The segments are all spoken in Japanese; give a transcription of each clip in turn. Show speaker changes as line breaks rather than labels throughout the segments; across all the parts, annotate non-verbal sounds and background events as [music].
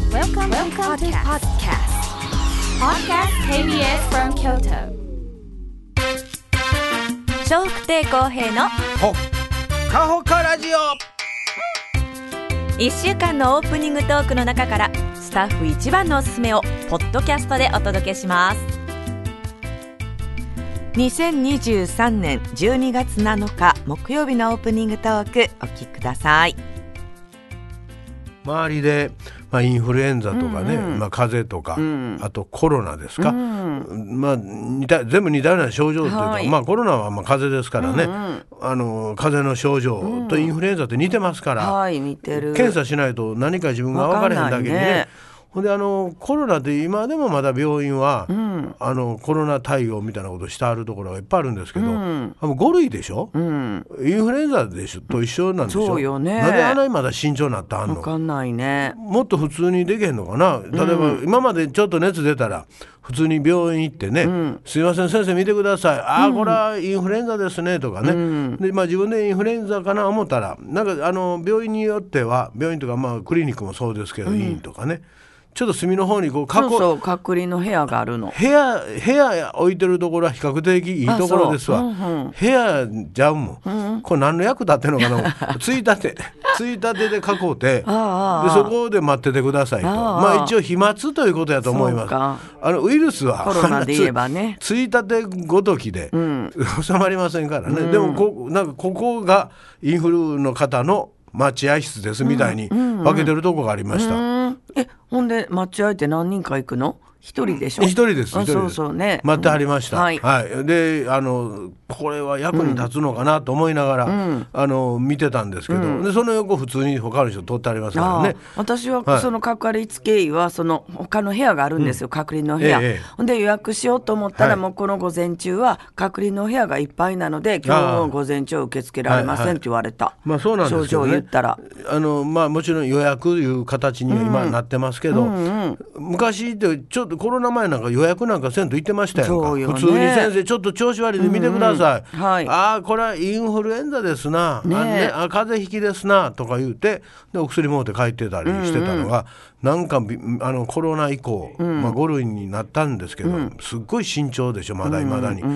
Welcome to
Welcome, to podcast.
Podcast KBS from Kyoto.
笑福亭公平の
ほっかほかラジオ
1週間のオープニングトークの中からスタッフ一番のおすすめをポッドキャストでお届けします
2023年12月7日木曜日のオープニングトークお聞きください
周りで、まあ、インフルエンザとかね、
うんうん
まあ、風邪とか、
ん
あとコロナですか、
ん
まあ、似た全部似たような症状というか、
はい
まあ、コロナはまあ風邪ですからね、
うんうん
あの風邪の症状とインフルエンザって似てますから、
はい似てる
検査しないと何か自分が分からへんだけにね
わかんないね
ほんであのコロナで今でもまだ病院は、
ん
あのコロナ対応みたいなことしてあるところがいっぱいあるんですけど、
ん
あの5類でしょ、
うん
インフルエンザでしょと一緒なんでしょ
そうよね
なぜあんなにまだ慎重になったん
わ
の
かんないね
もっと普通にできへんのかな例えば、今までちょっと熱出たら普通に病院行ってね「すいません先生見てくださいああ、これはインフルエンザですね」とかね、でまあ、自分でインフルエンザかな思ったらなんかあの病院によっては病院とか、まあ、クリニックもそうですけど、医院とかねちょっと隅の方にこう囲
そうそう隔離の部屋があるの
部屋部屋置いてるところは比較的いいところですわ、
あそううんうん
部屋じゃうもん、これ何の役立ってんのかな [laughs] ついたてついたてで囲うてで
ああ
そこで待っててくださいと
ああ
まあ一応飛沫ということやと思いま
そう
す
か
あのウイルスは
コロナで言えばね
[laughs] ついたてごときで、収まりませんからね、でもこなんかここがインフルの方の待合室ですみたいに分けてるとこがありました、
うんえほんで待ち合いって何人か行くの一人でしょ
一人です。
あ
一人です
そうそうね
待ってありました。
うん
は、
はいい
で、あの、これは役に立つのかなと思いながら、あの、見てたんですけど。で、その横普通に他の人通ってありますか
あ
ら
あ
ね。
私は
はい
そのかかりつけ医はその他の部屋があるんですよ、隔離の部屋、
ええええ
ほんで予約しようと思った
は
ら
い
もうこの午前中は隔離の部屋がいっぱいなので今日の午前中は受け付けられませんって言われた、
まあ、そうなんですけど、
症状
ね。
言ったら。
あの、まあ、もちろん予約いう形には今なってますけど。昔って、ちょっとコロナ前なんか予約なんかせんと言ってましたやんか
そうよね
普通に先生、ちょっと調子悪いんで見てください。
うんうんはい
ああ、これはインフルエンザですな。
ねえ
あねあ風邪ひきですなとか言うてでお薬もうて帰ってたりしてたのが、なんかびあのコロナ以降、まあ、5類になったんですけど、すっごい慎重でしょまだいまだに。あ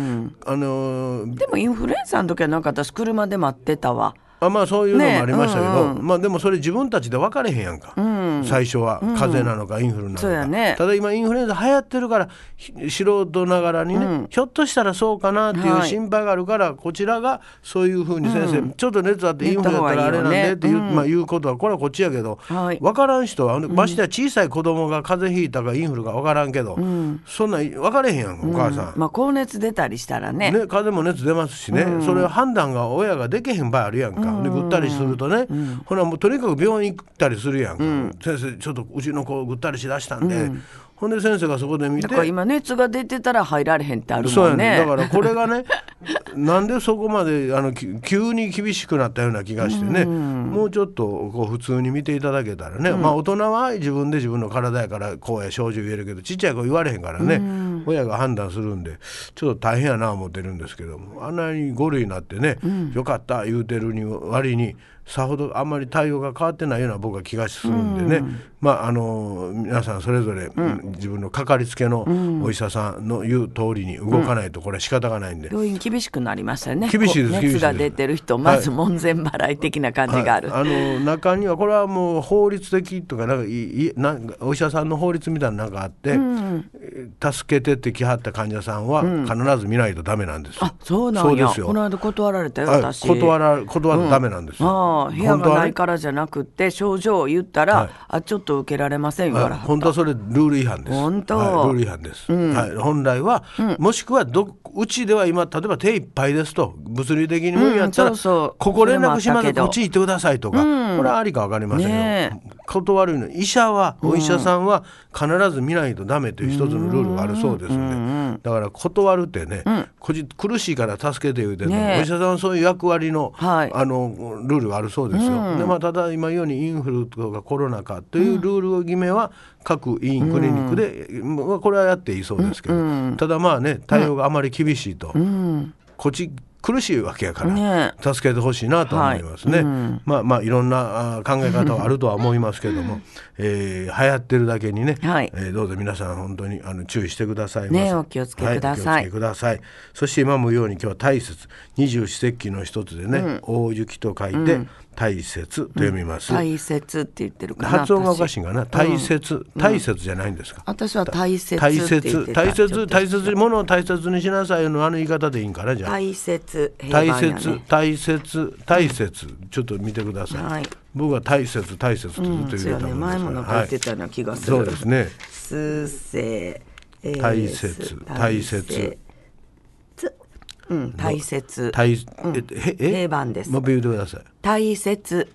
のー
でもインフルエンザの時はなんか私車で待ってたわ
あまあそういうのもありましたけど、
ねうんう
まあでもそれ自分たちで分かれへんやんか、最初は風邪なのかインフルなの
そう
か、
やね
ただ今インフルエンザ流行ってるからひ素人ながらにね、ひょっとしたらそうかなっていう
はい
心配があるから、こちらがそういうふうに先生、ちょっと熱あってインフルやったらあれなん
言った方がいいよ
で
ね
っていう,、まあ、いうことはこれはこっちやけど、
はい
分からん人はましてや小さい子供が風邪ひいたかインフルか分からんけど、そんなん分かれへんやんかお母さん。
まあ高熱出たりしたらね
ね、風も熱出ますしね、それ判断が親ができへん場合あるやんか、でぐったりするとね、ほなもうとにかく病院行ったりするやんか、先生ちょっとうちの子ぐったりしだしたんで、ほんで先生がそこで見て
だから今熱が出てたら入られへんってある
そう
も
や
ん
ね
ね
だからこれがね [laughs] なんでそこまであのき急に厳しくなったような気がしてね、もうちょっとこう普通に見ていただけたらね、まあ大人は自分で自分の体やからこうや症状言えるけどちっちゃい子言われへんからね、親が判断するんでちょっと大変やな思ってるんですけどもあんなに5類になってね、よかった言うてるに割にさほどあんまり対応が変わってないような僕は気がするんでね、まああの皆さんそれぞれ、自分のかかりつけのお医者さんの言う通りに動かないとこれは仕方がないんで、
病院厳しくなりましたね
厳しいです
こう
厳しいで
熱
す
が出てる人まず門前払い的な感じがある、
はいあの中にはこれはもう法律的とかなんかいいなんかお医者さんの法律みたいなのなんかあって、助けてって来はった患者さんは必ず見ないとダメなんですよ、
あそうなん
で
や
すよ
この間断られたよ
はい
私
断ら断るとダメなんですよ、
ああ部屋
本当
が
はね
ないからじゃなくて症状を言ったら、あちょっと受けられません言われ
はい、
はった
本当はそれルール違反です。
本当
はい、ルール違反です。はい、本来は、もしくはどうちでは今例えば手いっぱいですと物理的に無理やったら、
うんそうそう
ここ連絡します
それもあったけど
こっち行ってくださいとか、これはありかわかりませんよ。
ね
断るの医者はお医者さんは必ず見ないとダメという一つのルールがあるそうですのでだから断るってね、こっち苦しいから助けて言うてね
ねえ
お医者さんはそういう役割の,、
はい
あのルールがあるそうですよ。でまあ、ただ今言うようにインフルとかコロナかというルールを決めは各医院クリニックで、まあこれはやっていいそうですけど、ただまあね対応があまり厳しいと、こっち苦しいわけやから、
ね
助けてほしいなと思いますね、
はいうん
まあまあいろんなあー考え方はあるとは思いますけども、えー流行ってるだけにね、
はい
えーどうぞ皆さん本当にあの注意してくださいませ
ねお気をつけくださ
は
い
お気をつけくださいそして今も言うように今日は大雪二十四節気の一つでね、大雪と書いて大雪と読みます、
大切って言ってるから
発音がおかしいんかな大雪、大雪じゃないんですか、
私は大切って
大
言って
切
た
大切大
ちょっ
切に物を大切にしなさいのあの言い方でいいんかなじ
と
ゃあ
大切平
大
板やね
切大切大切ちょっと見てください、
はい
僕は大切大切ってずっと言って
そ
た
う
も
よ
んで
ね
す
前もなんか言って
は
たような気が
い
する、
そうですね
数勢、えー
大切大切
つうん大切
大、えええ
平板です
もう一回言ってください
大切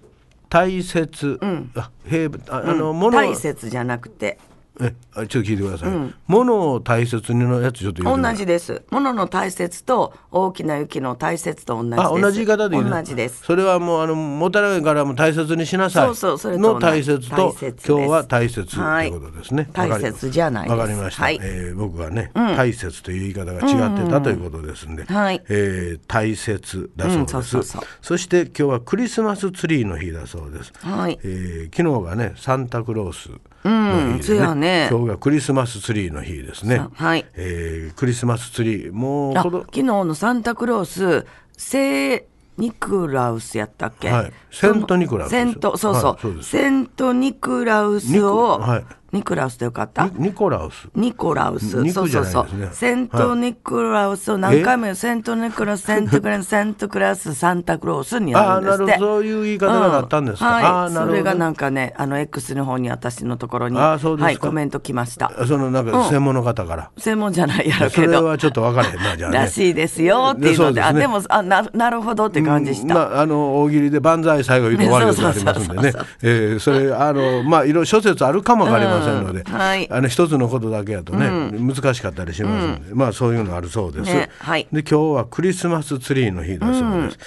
大切、あ平ああの、物を
大切じゃなくて
えあちょっと聞いてください、物を大切にのやつちょっと言ってく
同
ださい
じです物の大切と大きな雪の大切と同じです
あ同じ言い方でいいの
同じです
それはもうあのもたないからも大切にしなさい
そうそうそれと同じ
の大切
大
と
切です
今日は大切と
はい
いうことですね。
大切
わかりました
じゃないです
わかりました。
はい
えー僕はね、大切という言い方が違ってたということですんで、
はい
えー大切だ
うん
そ
そうう
です、
そうそう
そして今日はクリスマスツリーの日だそうです。
はい
えー昨日がねサンタクロースの日
そうやね
今日がクリスマスツリーの日ですね。
はい
えークリスマスツリーもう
あ
この
昨日のサンタクロース聖ニクラウスやったっけ、
はいセントニクラウスで
セ
すよ
ントそうそう,、
はいそうです
セントニクラウスを
ニクはい
ニクラウスでよかった
ニニコラウス
ニコラウス、
ニ
そう
クじ
そ
ゃ
う
ない
そう
ですね、
セントニクラウスを何回も言う、セントニクラウス、セントクラス、セントクラウス、サンタクロースになるんですって。
あーなるほどそういう言い方があったんですか
う
あ
は
ー
い、
なるほ
そ
ど
れがなんかね、あの X の方に私のところに、
あーそうですか
はい、コメント来ました。
そのなん
うん
か専門の方から、
専門じゃないやろう
そ
け
れ
ど
は、ちょっと分からへんなじゃあね。
らしいですよってい
で
うので、
そ
あ
うですね
でもあな、なるほどって感じした。
うんまあ、あの大喜利で万歳最後言うと終わりになりますんでね
そうそうそうそう。
えーそれあのまあいろいろ諸説あるかもわかりませんので、
うんはい
あの一つのことだけやとね、難しかったりしますので、まあそういうのあるそうです。
ねはい
で今日はクリスマスツリーの日だそうです。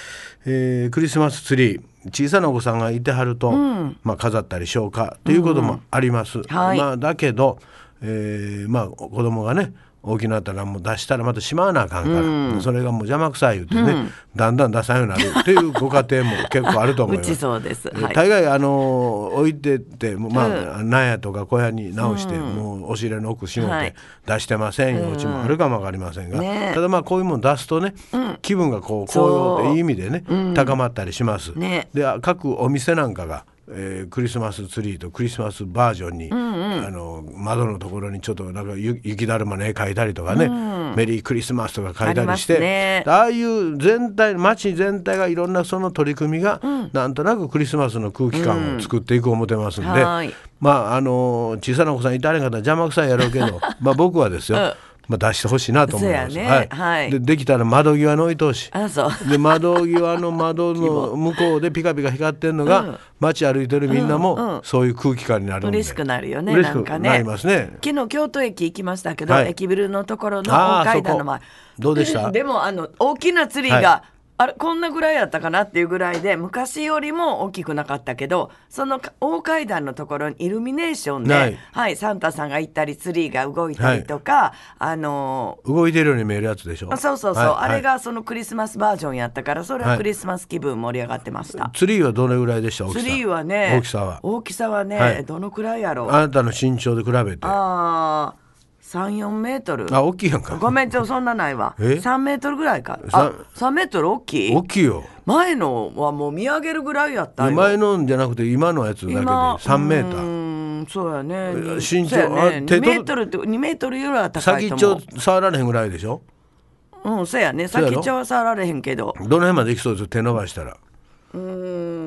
えークリスマスツリー小さなお子さんがいてはると、まあ飾ったり消化ということもあります。
はい
まあだけど、えーまあ子供がね大きなったらもう出したらまたしまわなあかんから、それがもう邪魔くさい言ってね、だんだん出さんようになるっていうご家庭も結構あると思います。
[laughs] うちそうですはい
大概あの置いてってもうまあ、納屋とか小屋に直して、もう押し入れの奥しもうて、
はい
出してませんようちもあるかもわかりませんが、
ねえ
ただまあこういうもん出すとね、気分がこう高揚っていい意味でね、高まったりします。
ね
であ各お店なんかがえークリスマスツリーとクリスマスバージョンに、あの窓のところにちょっとなんかゆ雪だるまの絵描いたりとかね、メリークリスマスとか描いたりして
ありますね
ああいう全体街全体がいろんなその取り組みが、なんとなくクリスマスの空気感を作っていく思ってますんで、
はい
まああの小さなお子さんいたらんかったら邪魔くさいやろう
[laughs]
けどまあ僕はですよ、まあ、出してほしいなと思います。
そうやねはい
でできたら窓際の置いてほしい
あそう
で窓際の窓
[laughs]
の向こうでピカピカ光ってんのが、街歩いてるみんなもそういう空気感になるんで
嬉しくなるよね
嬉
な
し
ん
く
か
な
ね
りますね
昨日京都駅行きましたけど、
はい
駅ビルのところの
あー
大階段の前
そこどうでした
[laughs] でもあの大きなツリーが、
は
あれこんなぐらいやったかなっていうぐらいで昔よりも大きくなかったけどそのか大階段のところにイルミネーションで、は
はいい
サンタさんが行ったりツリーが動いたりとか、あのー
動いてるように見えるやつでしょ
あそうそうそう、
はい
あれがそのクリスマスバージョンやったからそれ
は
はいクリスマス気分盛り上がってました、
ツリーはどれぐらいでした大きさ
ツリーはね
大きさは
大きさはね、
はい
どのくらいやろう
あなたの身長で比べてあ
あ三34メートル
大きいやんか
ごめんちょそんなないわ
え
3メートルぐらいかあ
さ
3メートル大きい
大きいよ
前のはもう見上げるぐらいやったよ
前のんじゃなくて今のやつだけで
今
3メータ
う
ー
ーんそうやね
身長
そうやね
あ手
2
と
メートルって2メートルよりは高
先
いと
っち
思
ょ触られへんぐらいでしょ
ううんそうやね
そうや
先
ろ
っちょは触られへん
[laughs]
けど
どの辺までいきそうです手伸ばしたら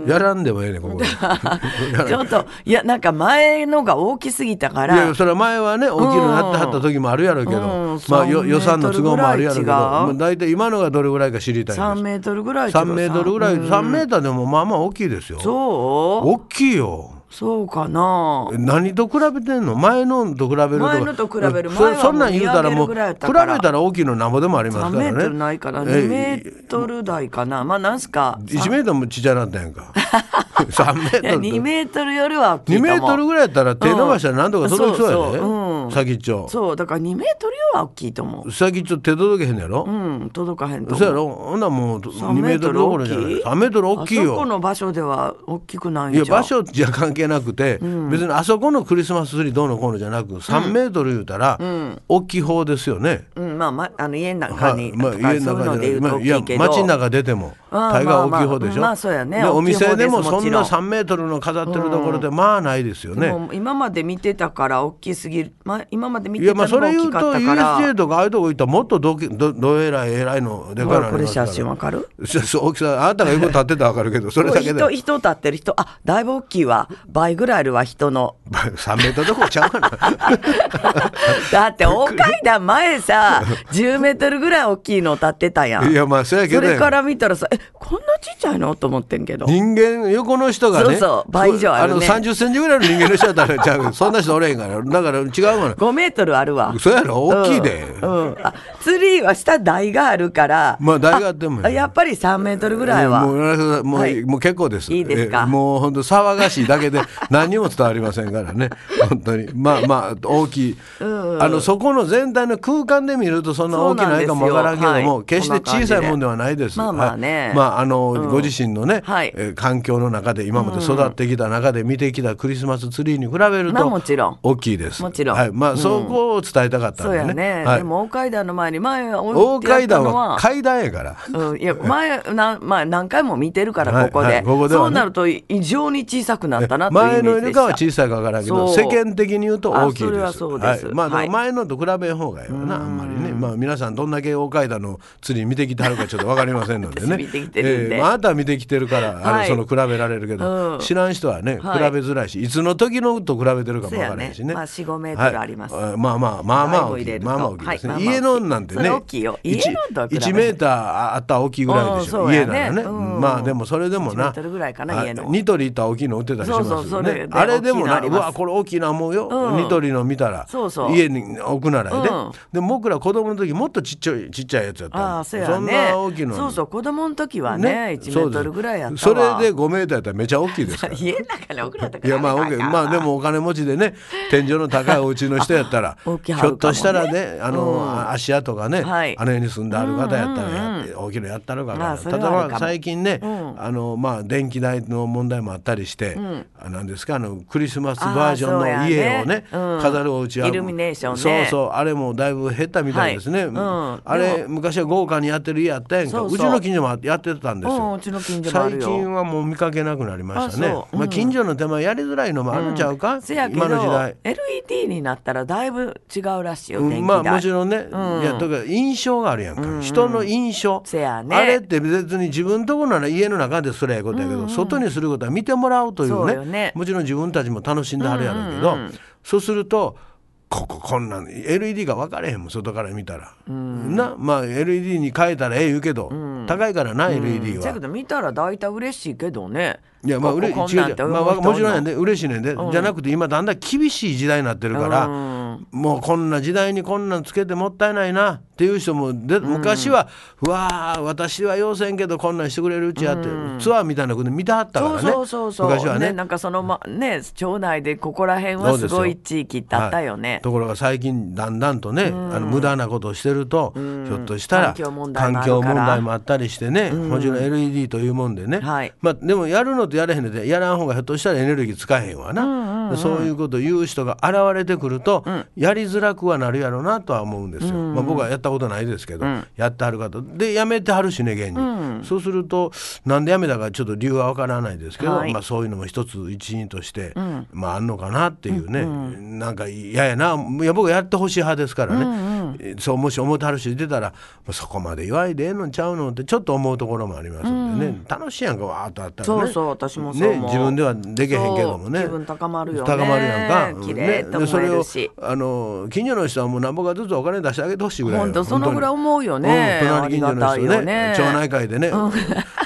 やらんでもええねんここ
[laughs]
で
ちょっといやなんか前のが大きすぎたか
いやい
ら
やそれは前はね大きいのになってはった時もあるやろうけど、
うん
まあ
3
よ予算の都合もあるやろうけ
メ
ど
ートルぐらい違う
もう大体今のがどれぐらいか知りたいん
3
です
メートルぐらい違う
3メートルぐらい
うん
3メーターでもまあまあ大きいですよ
そう
大きいよ
そうかな
何と比べてんの前のと比べるとか
前のと比べる
うん
前はもう
そそんなん言うたらもう
見
比
上げるぐらいやったから
べたら大きいのなんぼでもありま
3
すから
メ
ね
ートルないから
ええ
2メートル台かな、まあなんすか [laughs]
1メートルもちっちゃなったやんか3メートル
2メートルよりは大きい
2
かも
メートルぐらいやったら手伸ばしたらなんとか届きそうやで、
うんそうそううん
先っちょ
そうだから2メートルよりは大きいと思う
先っちょ手届けへんのやろ、
うん届かへんと
そうや
思う
ろほんならもう2
3
メートルどころじゃない3メートル大きい
あそこ
よ
の場所では大きくないん
い
じゃ
や場
ん
所じゃ関係なくて、別にあそこのクリスマスツリーどうのこうのじゃなく3メートル言うたら、大きい方ですよね、
うんまあ、まあの家の中
はい
に、
まあ、
とか
家の
そういう
中
ので
で
言うと
まあ
大
い
き
や
いけど、
街の中出ても
ああ
大概大きい方でしょ、
まあまあまあそうやね
でお店でも
大き
そ
い方です
ん
も
な
ちろ
3メートルの飾ってるところでまあないですよね、
もう今まで見てたから大きすぎる、まあ、今まで見
い
てた
や
のが
まあそれ言
大き
う
かっ
と
たから
USJ とかああいうとこ行ったらもっとどきどどえらいえらいのでかい
ほ
の
ら
あ
こ
り
れ
ますか
写
ら
真わかる
そうそう大きさあなたがよく立ってたらわかるけどそれだけで [laughs]
人人立ってる人あだいぶ大きいわ倍ぐらいあるわ
[laughs]
人の
3メートルどころちゃうかな
[laughs] だって大階段前
[laughs]
さ10メートルぐらい大きいの立ってたやん
いやまあそうやけど
そ
ね
れから見たらさえこんなちっちゃいのと思ってんけど
人間横の人がね
そうそう倍以上あるね
の30センチぐらいの人間の人だったらちゃうそんな人おれへんからだから違うもん
5メートルあるわ
そうやろ大きいで、
うんうんあツリーは下台があるから
まあ台があってもね
あやっぱり3メートルぐらい
もう
は
村田さんもう,、
はい
もう結構です。
いいですか
えもう本当騒がしいだけで何にも伝わりませんから
[laughs]
ね。本当にまあまあ大きい、あのそこの全体の空間で見るとそんな大きないかもわからんけども、
そうなんで
決
す
し
よは
て
い
小さいもんではないです。
こんな感じでまあまあね
はいまああの、ご自身のね、
はい
えー環境の中で今まで育ってきた中で見てきたクリスマスツリーに比べる
まあ
と、
もちろん
大きいです。
もちろん
はい、まあ、そこを伝えたかったん
そう
で
や
ね。
ね、
はい
でも大階段の前に前は
大階段は
は
階段やから。
うん、いや前な、まあ、何回も見てるか
は
ら
い
ここで,、
はいここではね
そうなると異常に小さくなったなという
前
イメ
の
ー
よ
ジ
り
で
かは
し
小
た
さいかわからんけど
そ
世
う
間的に言うと大きいです
あそれはそうです
はいまあで
は
も
い
前のと比べん方がいいわな、あんまりねまあ皆さんどんだけ大階段の釣り見てきてはるかちょっとわかりませんのでね
[laughs] 私見てきてるんで
えーまああなたは見てきてるから、
はい
あのその比べられるけど、
うん
知らん人はね比べ
はい
づらいし、い、つの時のと比べてるかもわからないしね
そうやねまあ4-5メートルあります
はいまあまあまあまあ
台を
大
入
き
れ
い
ると
まあまあ大きいですね、
はいまあまあ
家のなんて
それ
ね
大きいよ
一
家のとは比べ
1メーターあったら大きいぐらいでしょ、
うんそう
家
やね
ならね、
うん
まあでもそれでも
1メ
な
ートルぐらいかな
はい
家の
ニトリ行ったら大きいの売ってたりしますよ
そう
ね
そうそれで
あれでもな
大きいのあり
う
ます
わこれ大きいな思うよ、
うん
ニトリの見たら
そうそう
家に置くならやで、
うん
で僕ら子供の時もっとちっちゃいちっちゃいやつやったの
ああそうや
ん
ね
な大きいの
そうそう子供の時はね1メートルぐらいやったわ
そうですそれで5メーターやったらめちゃ大きいですから
[laughs] 家の中に送られたか
い
ら
やまあ、おけまあでもお金持ちでね天井の
[laughs]
高いお家の人やったら
大き
ひ
いはるかも
ょっ
ね
としたらねあの、芦屋とかね、
はい
あの辺に住んである方やったらやって、大きいのやったるか
ま
ら
あそ
た
れ
だ
はあるかも
まあ最近ね、
ん
あのまあ電気代の問題もあったりして、あなんですかあのクリスマスバージョン
あーそう
の
やね
家をね
うん
飾るお家は
イルミネーションね
そうそうあれもだいぶ減ったみたいですね、
はいうん
あれ昔は豪華にやってる家やったやんか
そううそう
ちの近所もやってたんですよ、
うんうちの近所もあるよ
最近はもう見かけなくなりましたね
あそううん
まあ、近所の手前やりづらいのもあるんちゃうか、
せやけど
今の時代。
LED になったらだいぶ違うらしいよ、
うん
電気代
まあもちろんね、
うん
いやとか印象があるやんか、人の印象
せやね
あれって別に自分とこなら家の中ですりゃいいことやけど、外にすることは見てもらうとい
そうう
ね
よね
もちろん自分たちも楽しんであるやろうけど、そうするとこここんなん LED が分かれへんもん外から見たら、なまあ LED に変えたらええ言うけど、高いからな LED は。
せやけど見たら大体嬉しいけどね
いやまあ
こ
うれ
ここん
違う
なん
違
て
う
思
ま
う
あ
人
わもちろん
お
や
んの
で嬉しいねんで、じゃなくて今だんだん厳しい時代になってるから、
うん
もうこんな時代にこんなんつけてもったいないなっていう人もで昔は、うわあ私は要せんけどこんなんしてくれるうちやって、ツアーみたいなこと見てはったから
そう
ね
そうそうそう
昔はね
なんかそのまね町内でここら辺
そ
は
うですすよ
ごい地域ってあったよね
はい、ところが最近だんだんとね、あの無駄なことをしてると、ひょっとしたら
環境問題
環
もあるから
境問題もあったりしてね、もちろん LED というもんでね、
はい
まあ、でもやるのとやれへんのでやらん方がひょっとしたらエネルギー使えへんわな、そういうことを言う人が現れてくると、やりづらくはなるやろうなとは思うんですよ、まあ、僕はやったことないですけど、やってはる方でやめてはるしね現に、そうするとなんでやめたかちょっと理由はわからないですけど、
はい
まあ、そういうのも一つ一因として、まああんのかなっていうね、なんか嫌やないや僕はやってほしい派ですからね、えそうもし思ってはる人出たらまあそこまで祝いでええのんちゃうのってちょっと思うところもありますんでね、楽しいやんかわーっとあったらね
そうそう私もそう思う
ね、自分ではできへんけどもね
そう気分高まるよね
高まるやんか
綺麗と
ねでそれ
思え
を
るし
あの近所の人はもう何ぼかずつお金出してあげてほしいぐらいよ
本当そのぐらい
本当に
思うよね
うん、隣近所の人
ありがたい
ね
よね
町内会でね、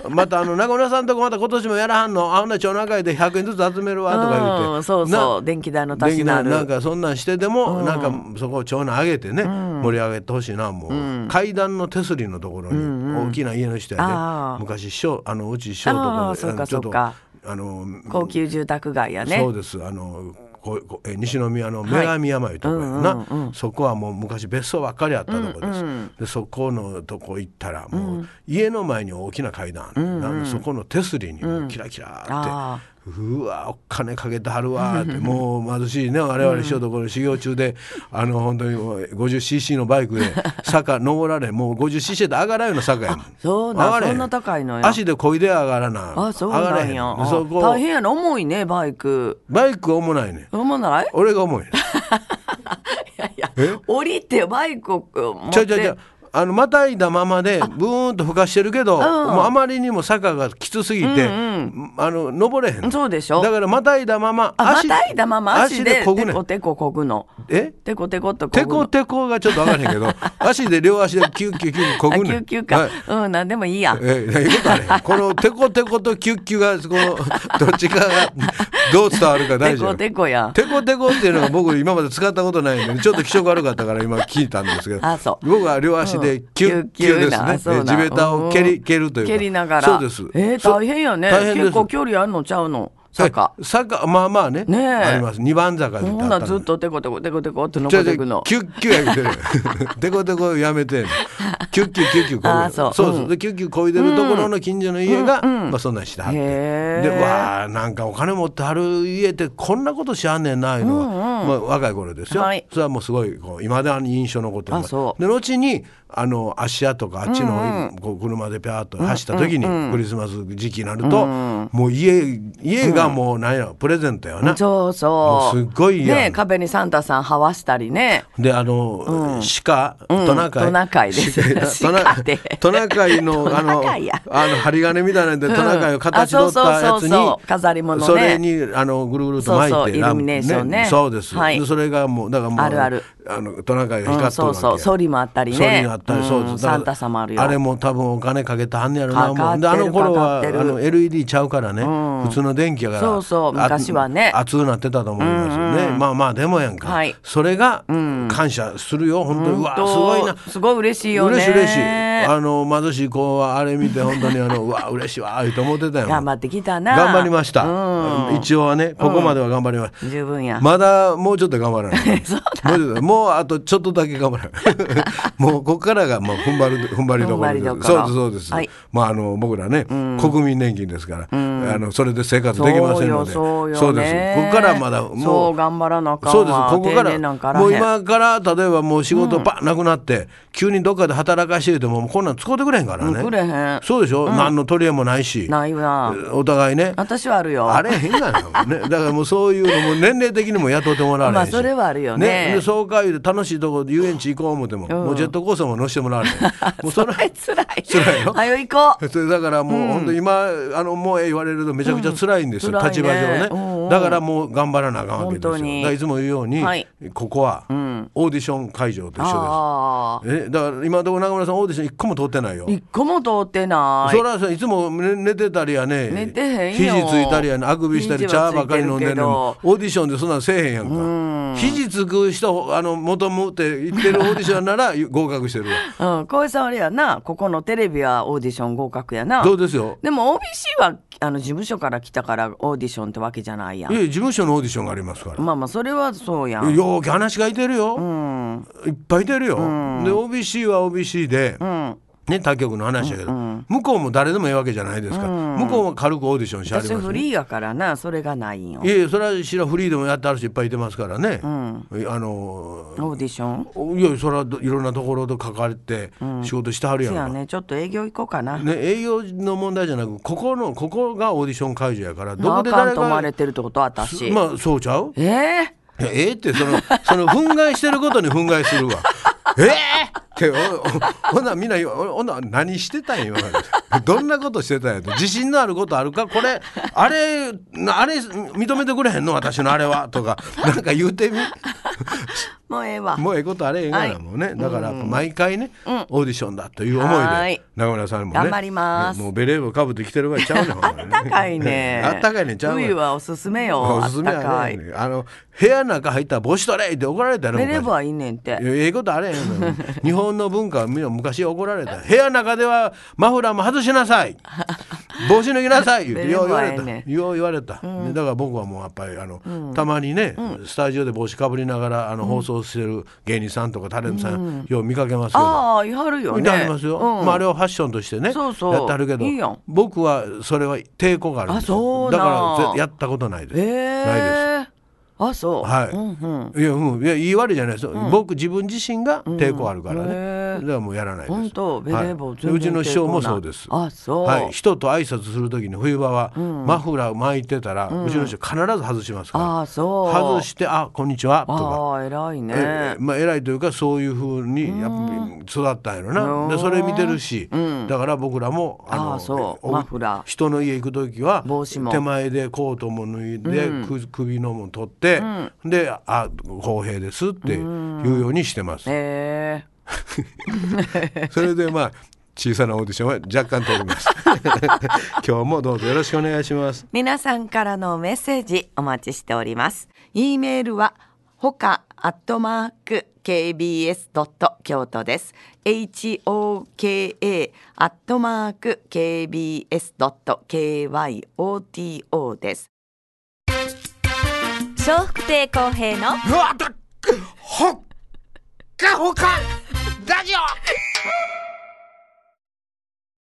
またあの中村さんとこまた今年もやらはんのあほんなら町内会で100円ずつ集めるわとか言って、
うんそうそう電気代の足しな
電気
る
代なんかそんなんしてでも、なんかそこを町内上げてね、盛り上げてほしいなもう、階段の手すりのところに大きな家の人やで、
ああ
昔師匠あのうち師匠と
あ
か
あそうか
ちょっと
そうか
あの
高級住宅街やね
そうですあのここえ西宮の女神山いうとこやな、そこはもう昔別荘ばっかりあったとこです、でそこのとこ行ったらもう家の前に大きな階段ある、なんでそこの手すりにもうキラキラー
あ
って。うわお金かけてはるわっ
[laughs]
てもう貧しいね我々しようところ修行中で、あの本当に 50cc のバイク
[laughs]
で坂登られもう 50cc で上がらんような坂やもん
そうなん
上がれへ
そんな高いのよ
足で漕いで上がらな
あそうなん
上
や
が
あ
れへんそこ
大変やろ重いねバイク
バイクは重ないねん
重ない
俺が重いねん
いやいや
え
降りてバイクを持っ
ちゃ
て
うちゃうちゃうあのまたいだままでブーンとふかしてるけどもうあまりにも坂がきつすぎて、あの登れへんの
そうでしょ
だからまたいだまま
あまたいだまま足で
足で漕ぐ
テ
ね
コ
ん
テコ漕ぐの
え
テコテコっと
て
漕ぐ
こ
の
てこがちょっと分からへんけ
[laughs]
ど足で両足でキュッキュッキュッこぐ
あ
ねん
救急か、
はい
うんなんでもいいや
ええよくあれこのてこてことキュッキュがこのどっちかがどう伝わるか
テ
大事
コテコや
テコテコっていうのが僕今まで使ったことないんでちょっと気色悪かったから今聞いたんですけど
あそう
僕は両足でキュ
う
ッ
ん
キュ
キュッキュ
です
な
ね、
そうな
地べたを蹴
う
り
ん
蹴るというか
蹴りながら
そうです
えー
そ
大変やね
大変です
結構距離あるのちゃうの坂
え坂まあまあね
ねえ
あります二番坂みたい
ほ
なんのあ
な
たんで
らずっとテコテコテコテコって
ち
登
ょ
っ
ちょ
ていくの
キュッキュや言うて [laughs] るテコテコやめてキュッキュキュッキュこ
あーそう
そうそう、
うん
でキュッキュこいでるところの近所の家が、まあ、そんなんしてはって
へー
でわあなんかお金持ってはる家ってこんなことしはんねんないうのは、まあ、若い頃ですよ、
はい
それはもうすごいこう今だに印象残ってま
あ
す
そう
で後にあの芦屋とかあっちのこう車でピャーっと走った時に、クリスマス時期になると、もう家家がもう何やろプレゼントやな、
そうそう
もうすっごいやん
ね壁にサンタさんはわしたりね
であの、鹿トナカイ
トナカイです
鹿トナ
鹿で
トナカイのあの
トナカイや
あの針金みたいなんでトナカイを形取った
あそ
や
う
つ
そうそう
に
そう飾り物ね
それにあのぐるぐると巻いて
そうそうイルミネーションね
そうです、
はい
でそれがもうだからもう
あるある
のトナカイが
う
光
ん
っとる
そ
わけや
うそうソリもあったりね
ソリがあったりそうです、
うん
だから
サンタさんもあるよ
あれも多分お金かけてはんねやろな
かかってる
であの頃は
かか
あ
ってる
の LED ちゃうからね、普通の電気やから
そうそう
あ
昔はね
熱くなってたと思いますよね、まあまあでもやんか、
はい
それが感謝するよ本当に、うわ
と
すごいな
すごい嬉しいよね
嬉しい嬉しいあの貧しい子はあれ見て本当にあのうわ嬉しいわーと思ってたよ
頑張ってきたな
頑張りました、
うん
一応はねここまでは頑張りました、
十分や、
まだもうちょっと頑張らない
[laughs] そう
もうちょっともうあとちょっとだけ頑
[laughs]
張らないもうここからがもう踏ん張る踏ん張りどころで
踏ん張り
す
どこ
そうで
ろ
すそうです、
はい
まああの僕らね、国民年金ですから、あのそれで生活できませんので
そうよ
そ
そうう
で
よね
すここからまだもう
そう頑張らなあかんわ
そうですここから
定年なんかあらへん
もう今から例えばもう仕事ばなくなって、急にどっかで働かしててももうこんなん使うてくれへんからね、
うんくれへん
そうでしょ、何の取り柄もないし
ないな
お互いね
私はあるよ
あれ変なのね。だからもうそういうのも年齢的にも雇ってもらわれへんし。
まあそれはあるよね
で爽快で楽しいとこ遊園地行こう思っても、もうジェットコースターも乗せても
[laughs]
らわれへん。もうそれ
辛い辛い
辛いよ
はよ行こう
それだからもう、本当今あのもうええ言われるとめちゃくちゃ辛いんですよ、
うん辛いね
立場上ね、
うんうん
だからもう頑張らなあかんわけですよ
本当に
だからいつも言うように、
はい
ここはオーディション会場と一緒
ああ
です、えだから今のところ中村さんオーディション一個も通ってないよ
一個も通ってない
そらそういつも寝寝てたりやね
寝てへんよ
肘ついたりやねあくびしたり
肘
茶
はついてるけど
ばっかり飲んでるのにオーディションでそんなんせえへんやんか肘つく人あの求むって言ってるオーディションなら [laughs] 合格してるわ
うん小江さんあれやなここのテレビはオーディション合格やな
どうですよ
でも OBC はあの事務所から来たからオーディションってわけじゃないや
い
ん
や事務所のオーディションがありますから
まあまあそれはそうやん
よーき話がいてるよ、
うん
いっぱいいてるよ、で OBC は OBC で、
うん
ね他局の話やけど、向こうも誰でもいいわけじゃないですから、向こうは軽くオーディションしてあり
私
ます
フリーやからなそれがないんよ
いやいやそれはしらフリーでもやってある人いっぱいいてますからね、あの
オーディション
いやそれはいろんなところと関わって仕事してはるや
そ
ん
や
か、
ねちょっと営業行こうかな
ね営業の問題じゃなくここのここがオーディション会場やからど
まあ
こ
あ
で
か
誰
んと思われ
が
てるってこと私、
まあそうちゃう
ええ
いやええってそのその憤慨してることに憤慨するわええっておおほなみんな言うおほな何してたんよどんなことしてたんやと自信のあることあるかこれあれなあれ認めてくれへんの私のあれはとかなんか言うてみ
もうええ
[laughs]
わ
もうええことあれええが
は
ないもうね、だからやっぱ毎回ね、オーディションだという思い
はー
で
い
中村さんもね
頑張ります
ねもうベレー帽かぶってきてる場合
[laughs]
ちゃうねん [laughs] あ
あったかいね
あったかいねんちゃうわ
冬はおすすめよ
おすすめや
あったか
ね
い
あの部屋の中入ったら帽子取れって怒られたら
寝ればいいねんって。
ええことあれへんのよ日本の文化はみんな昔怒られた部屋の中ではマフラーも外しなさ
[laughs]
い帽子脱ぎなさい言うて
寝れ
よう言
ば
わ
え
れ
え
た、
ね
よう言われた、でだから僕はもうやっぱりあの、たまにね、スタジオで帽子かぶりながらあの放送してる芸人さんとかタレントさん、よう見かけますけど
ああ、やるよ
見
ね。
てありますよ、
うん
まあ、あれはファッションとしてね
そうそう
やってあるけど
いいやん
僕はそれは抵抗があるんです
あそ
よ
うな
だ
ん
からぜやったことないです、
え
ないです
え。あ、そう。
はい
うんう
い
ん。
や、うん、いや、言い悪いじゃないですよ、僕自分自身が抵抗あるから
うんへ
ね。
ー
だからもうやらないです。
本当ベレー帽
はい
全然
うちの師匠も
抵抗ない
そうです。
あそう
はい、人と挨拶する時に冬場は、マフラー巻いてたら、うちの師匠必ず外します
あ
か
あ、
ら。
そう。
外して、あ、こんにちはとか。
ああ、偉い
え
ね
え。まあ、偉いというかそういうふうにやっぱり育ったんやろなでそれ見てるし、だから僕らも
ああそう
お
マフラー
人の家行く時は
帽子も
手前でコートも脱いで、く首のも取って、で「あ公平です」っていうようにしてます、
ええ。
それでまあ小さなオーディションは若干通ります
[laughs]
[laughs] 今日もどうぞよろしくお願いします
皆さんからのメッセージお待ちしております。e メールはほかアットマーク kbs ドット京都です。h o k a アットマーク kbs ドット k y o t o です。
笑福亭公平の
うわだっほっかほかラジオ